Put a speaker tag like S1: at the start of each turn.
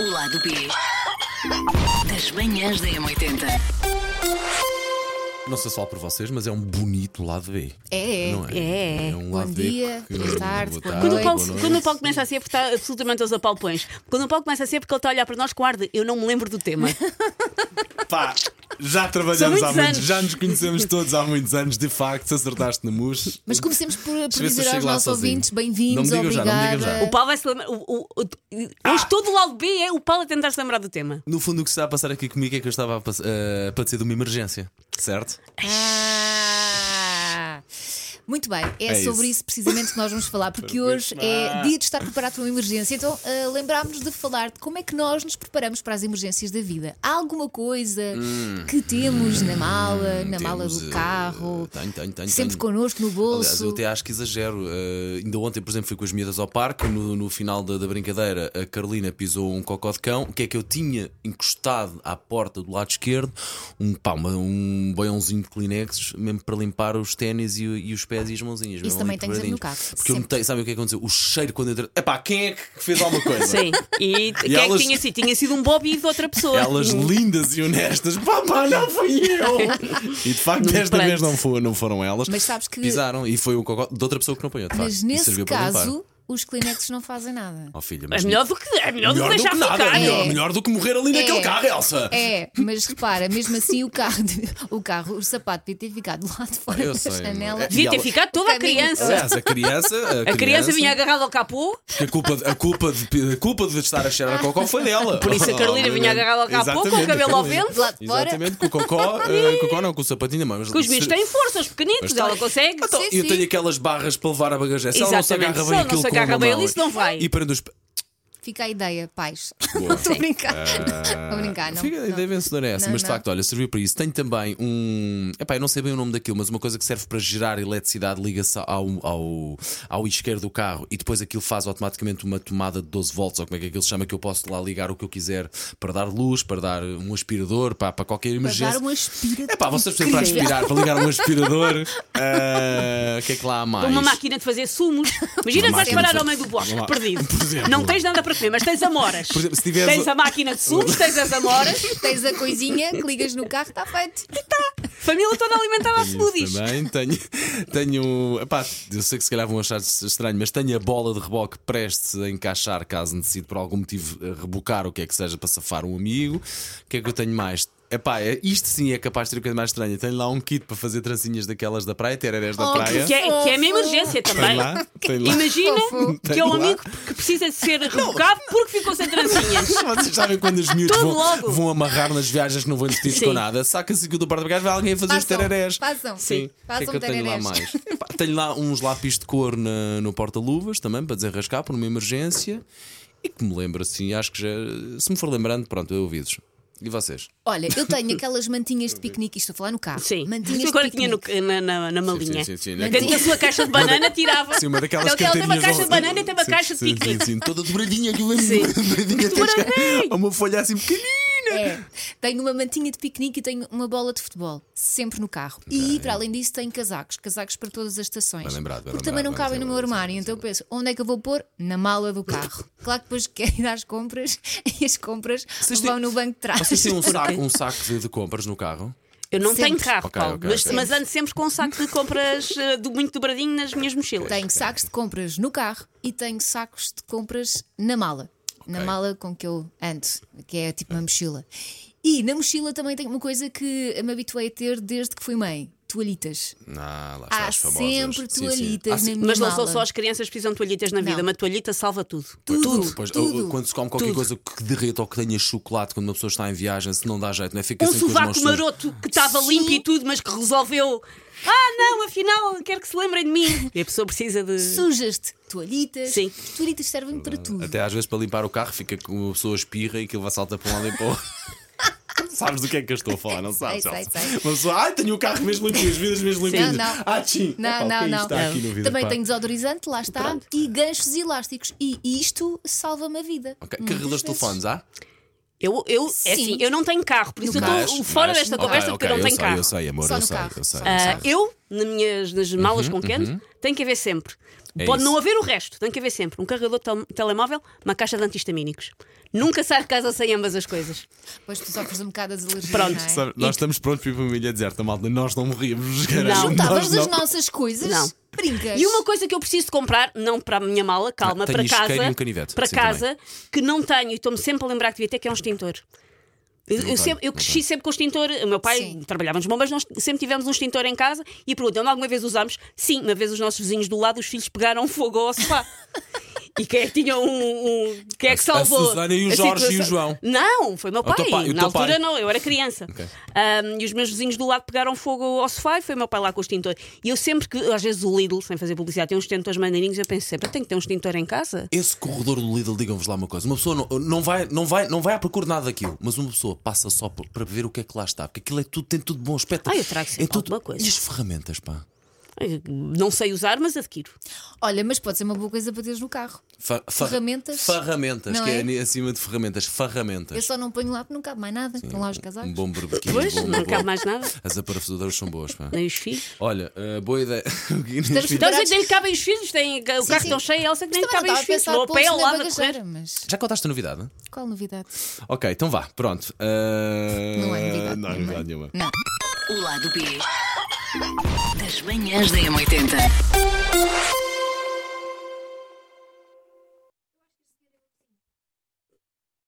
S1: O lado B das manhãs da M80.
S2: Não sei se falo por vocês, mas é um bonito lado B.
S3: É, é.
S2: Não é?
S3: É.
S2: um
S3: Bom
S2: lado B
S3: dia,
S2: que-
S3: boa tarde, boa
S4: Quando o,
S3: Oi,
S4: Paulo,
S2: boa noite.
S4: quando o Paulo começa a ser, porque está absolutamente aos apalpões. Quando o Paulo começa a ser, porque ele está a olhar para nós, guarda, eu não me lembro do tema.
S2: Pá, já
S4: São
S2: trabalhamos
S4: muitos
S2: há muitos
S4: anos.
S2: já nos conhecemos todos há muitos anos, de facto, se acertaste na mus.
S3: Mas comecemos por, por
S2: Deixa eu ver se eu
S3: dizer aos
S2: chego lá
S3: nossos
S2: sozinho.
S3: ouvintes
S2: Não me
S3: bem-vindos,
S2: digam já, não me digam
S3: obrigada.
S2: já.
S4: O Paulo vai se lembrar. o- o- o-
S2: Ah.
S4: hoje todo o lado B é o Paulo a tentar se lembrar do tema.
S2: No fundo, o que se está a passar aqui comigo é que eu estava a pass- a padecer de uma emergência, certo?
S3: Ah. Muito bem, é,
S2: É
S3: sobre
S2: isso.
S3: isso. precisamente que nós vamos falar, porque hoje é dia de estar preparado para uma emergência. Então ah, lembrámos-nos de falar de como é que nós nos preparamos para as emergências da vida. Há alguma coisa que temos na mala, na mala
S2: Hum. Temos,
S3: do
S2: eh,
S3: carro,
S2: tenho, tenho, tenho,
S3: sempre
S2: tenho.
S3: connosco no
S2: Aliás, eu
S3: bolso.
S2: até acho que exagero. Eh, ainda ontem, por exemplo, fui com as miúdas ao parque. No, no final da, da brincadeira, a Carolina pisou um cocó de cão. O que é que eu tinha encostado à porta do lado esquerdo? Um, pá, uma- um boiãozinho de Kleenex, mesmo para limpar os ténis e, o- e os pés e as mãozinhas. mesmo
S3: também
S2: ali
S3: tenho sempre no carro,
S2: preparadinhos. Porque eu
S3: sempre.
S2: notei, sabe o que é que aconteceu? O cheiro quando eu entrei. Epá, quem é que fez alguma coisa?
S4: Sim. E, quem é
S2: elas-
S4: que tinha sido? Tinha sido um Bobby de outra pessoa. Hum,
S2: Elas lindas e honestas, papá, não fui eu! E de facto,
S4: Num
S2: desta
S4: pranto.
S2: vez não, foi, não foram elas.
S3: Mas sabes que-
S2: Pisaram e foi um cocó de outra pessoa que não apanhou, de facto.
S3: Mas
S2: E
S3: nesse
S2: serviu para limpar.
S3: caso, os Kleenex não fazem nada.
S2: Oh, filha,
S4: É
S2: mas
S4: melhor do que, é melhor do que deixar
S2: nada,
S4: ficar.
S2: é melhor,
S3: É.
S2: melhor do que morrer ali naquele
S3: É.
S2: carro, Elsa.
S3: É, mas repara, mesmo assim o carro, o carro, o sapato devia ter ficado lá de fora
S2: Ah, Eu é,
S3: da
S2: sei,
S3: janela.
S2: mas-
S4: Devia
S2: E
S4: ter
S2: ela-
S4: ficado toda a
S3: Caminho.
S4: criança.
S2: Aliás, a criança, a
S4: A
S2: criança,
S4: criança vinha agarrada ao capô,
S2: porque a culpa, a culpa de a culpa de estar a cheirar a cocó foi dela.
S4: por isso a Carolina vinha agarrada ao capô, com o
S2: Exatamente,
S4: cabelo ao
S2: Carolina.
S4: vento.
S3: Lá de fora.
S2: Exatamente, com o cocó, eh, cocó não, com o sapatinho na mão.
S4: Que os bichos têm força,
S2: Mas
S4: os pequenitos,
S2: tá.
S4: ela consegue.
S2: Então,
S3: Sim,
S2: eu
S3: sim.
S2: tenho aquelas barras para levar a bagageira. Se ela não se
S4: Exatamente.
S2: agarra
S4: Se
S2: bem
S4: ela não
S2: aquilo
S4: se
S2: com uma
S4: agarra
S2: mão
S4: bem
S2: é
S4: ali, isso não vai.
S2: E prende os. pe-
S3: Fica a ideia, pais.
S2: Boa. Ah,
S3: Estou a brincar. Estou a brincar, não.
S2: Fica a
S3: não.
S2: ideia vencedora é essa,
S3: Não,
S2: mas de
S3: não.
S2: facto, olha, serviu para isso. Tenho também um. Epá, eu não sei bem o nome daquilo, mas uma coisa que serve para gerar eletricidade, liga-se ao, ao, ao isqueiro do carro e depois aquilo faz automaticamente uma tomada de 12 volts, ou como é que aquilo se chama, que eu posso lá ligar o que eu quiser para dar luz, para dar um aspirador, pá, para qualquer
S3: Para
S2: emergência.
S3: dar um aspira.
S2: É pá, vocês precisam para
S3: Incrível.
S2: aspirar, para ligar um aspirador. ah, O que é que lá há mais?
S4: Uma máquina de fazer sumos. Imagina que
S2: Uma
S4: vais
S2: máquina
S4: parar
S2: de-
S4: ao meio do bosque,
S2: Uma-
S4: perdido.
S2: Por exemplo.
S4: Não tens nada para comer, mas tens amoras.
S2: exemplo, se tiveres-
S4: Tens a máquina de sumos, tens as amoras.
S3: Tens a coisinha que ligas no carro, está feito.
S4: Família toda alimentada a smoothies.
S2: Também tenho, tenho epá, eu sei que se calhar vão achar estranho, mas tenho a bola de reboque prestes a encaixar caso necessite por algum motivo eh, rebocar o que é que seja para safar um amigo. O que é que eu tenho mais? Epá, é- isto sim é capaz de ser a coisa mais estranha. Tenho lá um kit para fazer trancinhas daquelas da praia, tererés da
S3: Oh,
S2: praia.
S4: Que é, que é a minha emergência
S2: Tem
S4: também.
S2: lá, tem lá.
S4: Imagina
S3: Fofo.
S4: que é um
S2: Tem lá.
S4: amigo que precisa de ser revocado porque ficou sem trancinhas.
S2: Vocês sabem quando os miúdos
S4: Tudo
S2: vão,
S4: logo.
S2: vão amarrar nas viagens que não vão divertir
S4: Sim.
S2: com nada. Saca-se aquilo do porta bagagem, vai alguém fazer os
S3: Façam,
S2: tererés.
S3: façam.
S2: Sim. O que é
S3: Façam
S2: que eu tenho lá
S3: tererés.
S2: mais? Pá, tenho lá uns lápis de cor na- no porta-luvas também para desenrascar por uma emergência. E que me lembro assim, acho que já. Se me for lembrando, pronto, eu ouvi-vos. E vocês?
S3: Olha, eu tenho aquelas mantinhas de piquenique, isto estou a falar no carro.
S4: Sim.
S3: Mantinhas
S4: Isso agora
S3: de
S4: tinha no-
S3: piquenique.
S4: na, na, na malinha.
S2: Sim, sim, sim, sim.
S4: Dentro da sua caixa de banana tirava.
S2: Sim, uma daquelas
S4: Ele tem- ele tem uma
S2: canteirinhas
S4: caixa de
S2: ao-
S4: banana e tem uma
S2: Sim,
S4: caixa de
S2: sim,
S4: piquenique.
S2: Sim, sim, toda dobradinha, aquilo
S4: Sim.
S2: dobradinha até chegar
S4: Dobradinho.
S2: a uma folha assim pequenina.
S3: É. Tenho uma mantinha de piquenique e tenho uma bola de futebol, sempre no carro. E para além disso, tenho casacos, casacos para todas as estações.
S2: Bem lembrado, bem
S3: porque também não
S2: lembrado, bem
S3: cabem no meu
S2: lembrado, sim,
S3: armário,
S2: sim,
S3: então eu penso, onde é que eu vou pôr? Na mala do carro. Claro que depois quero ir às compras e as compras
S2: Vocês têm-
S3: vão no banco de trás.
S2: Vocês têm um saco, um saco de, de compras no carro?
S4: Eu não
S3: Sempre.
S4: tenho carro,
S2: Ok,
S4: Paulo,
S2: ok,
S4: mas,
S2: ok.
S4: mas ando sempre com um saco de compras eh, do muito dobradinho nas minhas mochilas.
S3: Tenho sacos de compras no carro e tenho sacos de compras na mala. Na
S2: Ok.
S3: mala com que eu ando, que é tipo uma mochila. E na mochila também tenho uma coisa que me habituei a ter desde que fui mãe: toalhitas.
S2: Ah, lá
S3: Há
S2: está, as famosas.
S3: sempre
S2: Sim, sim.
S3: toalhitas
S2: Há se-
S3: na minha
S4: Mas não são
S3: mala.
S4: só as crianças que precisam de toalhitas na vida,
S3: Não.
S4: uma toalhita salva tudo. Um
S3: Tudo.
S2: Pois,
S3: Tudo.
S2: ou- ou quando se come qualquer
S4: Tudo.
S2: coisa que derreta ou que tenha chocolate quando uma pessoa está em viagem, se não dá jeito, não é? Fica
S4: Um
S2: sempre com as mãos
S4: sovaco
S2: sujas.
S4: maroto que estava
S3: Sim.
S4: limpo e tudo, mas que resolveu. Ah, não, afinal, quero que se lembrem de mim. E a pessoa precisa de.
S3: Sujas-te toalhitas.
S4: Sim.
S3: As toalhitas servem para tudo.
S2: Até às vezes para limpar o carro fica com uma pessoa espirra e aquilo vai saltar para um lado e para o outro. Sabes do que é que eu estou a falar, não sabes?
S3: Sei, sei,
S2: Elsa?
S3: sei.
S2: Uma pessoa, ai, tenho o carro mesmo limpinho, as vidas mesmo limpinhas.
S3: não.
S2: Ah, tchim. Epá,
S3: Não,
S2: o que é
S3: não,
S2: isto
S3: não.
S2: está aqui no vidro,
S3: Também
S2: pá?
S3: tenho desodorizante, lá está, e ganchos elásticos. E isto salva-me a vida.
S2: Ok,
S3: Muitas
S2: Carregadores de
S3: vezes.
S2: telefones, há?
S4: Eu, eu, é
S3: Sim.
S4: assim, eu não tenho carro, por isso eu
S2: Mas-
S4: estou fora
S2: mas-
S4: desta
S2: ok,
S4: conversa porque
S2: ok,
S4: eu não tenho
S2: sei,
S4: carro.
S2: Eu sei, amor,
S3: Só
S2: eu
S3: no
S2: sei,
S3: carro.
S2: eu sei.
S3: Só no
S2: eu
S4: Ah,
S2: sei.
S4: uhum. eu, nas minhas nas malas com quente, tem que haver sempre
S2: É
S4: Pode
S2: isso.
S4: não haver o resto, tem que haver sempre um carregador de tel- telemóvel, uma caixa de antihistamínicos. Nunca sai de casa sem ambas as coisas.
S3: Depois tu sofres um bocado das alergias.
S4: Pronto.
S3: não é?
S2: Sabe, nós estamos prontos para ir para uma ilha deserta, malta. Nós não morríamos. caralho.
S4: Não.
S3: Juntavas
S2: Nós não.
S3: as Tá, nossas coisas?
S4: Não.
S3: Brincas.
S4: E uma coisa que eu preciso de comprar, não para a minha mala, calma,
S2: Ah, tenho
S4: para
S2: isqueiro
S4: casa.
S2: e um canivete.
S4: Para
S2: Sim,
S4: casa, que não tenho, e estou-me sempre a lembrar que devia ter, que é um extintor. Eu, eu
S2: tenho,
S4: sempre- eu
S2: não
S4: cresci
S2: tenho.
S4: sempre com o extintor. O meu pai
S3: Sim.
S4: trabalhava nos bombas, nós sempre tivemos um extintor em casa e perguntam alguma vez usámos? Sim, uma vez os nossos vizinhos do lado, os filhos pegaram fogo ao sofá. E quem é que tinha um. um- quem é que
S2: A- a
S4: salvou?
S2: Susana e o
S4: a
S2: Jorge e o
S4: situação?
S2: João.
S4: Não, foi meu
S2: teu
S4: pai.
S2: pai, o
S4: Na
S2: teu
S4: altura
S2: pai.
S4: não, eu era criança.
S2: Ok.
S4: Ahm, e os meus vizinhos do lado pegaram fogo ao sofá e foi o meu pai lá com o extintor. E eu sempre que, às vezes o Lidl, sem fazer publicidade, tem uns extintores maneirinhos, eu penso sempre, eu tenho que ter um extintor em casa.
S2: Esse corredor do Lidl, digam-vos lá uma coisa: uma pessoa não, não, vai, não, vai, não vai à procura de nada daquilo, mas uma pessoa passa só por- para ver o que é que lá está, porque aquilo é tudo, tem tudo bom aspecto.
S4: Ah, eu trago sempre
S2: é tudo...
S4: alguma coisa.
S2: E as ferramentas, pá.
S4: Ai, Não sei usar, mas adquiro.
S3: Olha, mas pode ser uma boa coisa para teres no carro.
S2: Fa- fa-
S3: Ferramentas?
S2: Ferramentas,
S3: Não
S2: que é?
S3: é?
S2: ani- acima de ferramentas.
S3: Eu
S2: Ferramentas.
S3: só não ponho lá porque não cabe mais nada. Estão lá os casacos.
S2: Um bom berbequim.
S4: Pois,
S2: um bom-
S4: não
S2: bom-
S4: cabe mais nada.
S2: As aparafusadoras são boas, pá.
S4: Nem os filhos.
S2: Olha, eh, boa ideia. O Guinness
S3: Estás-
S2: Fit-
S4: Então,
S3: Parados.
S4: gente, nem lhe cabem os filhos, tem o carro
S3: sim.
S4: tão cheio, Elsa, que
S3: Mas
S4: nem lhe
S3: também
S4: cabem
S3: não estava
S4: os
S3: a
S4: filhos.
S3: pensar
S4: Vou a pé
S3: pô-los
S4: ao
S3: na
S4: lado a correr.
S3: bagageira, mas
S2: Já contaste a novidade?
S3: qual novidade?
S2: Ok, então vá, pronto. Eh,
S3: Não é novidade
S2: Não é
S3: nenhuma.
S2: novidade nenhuma.
S3: Não.
S1: O lado B das manhãs da M80.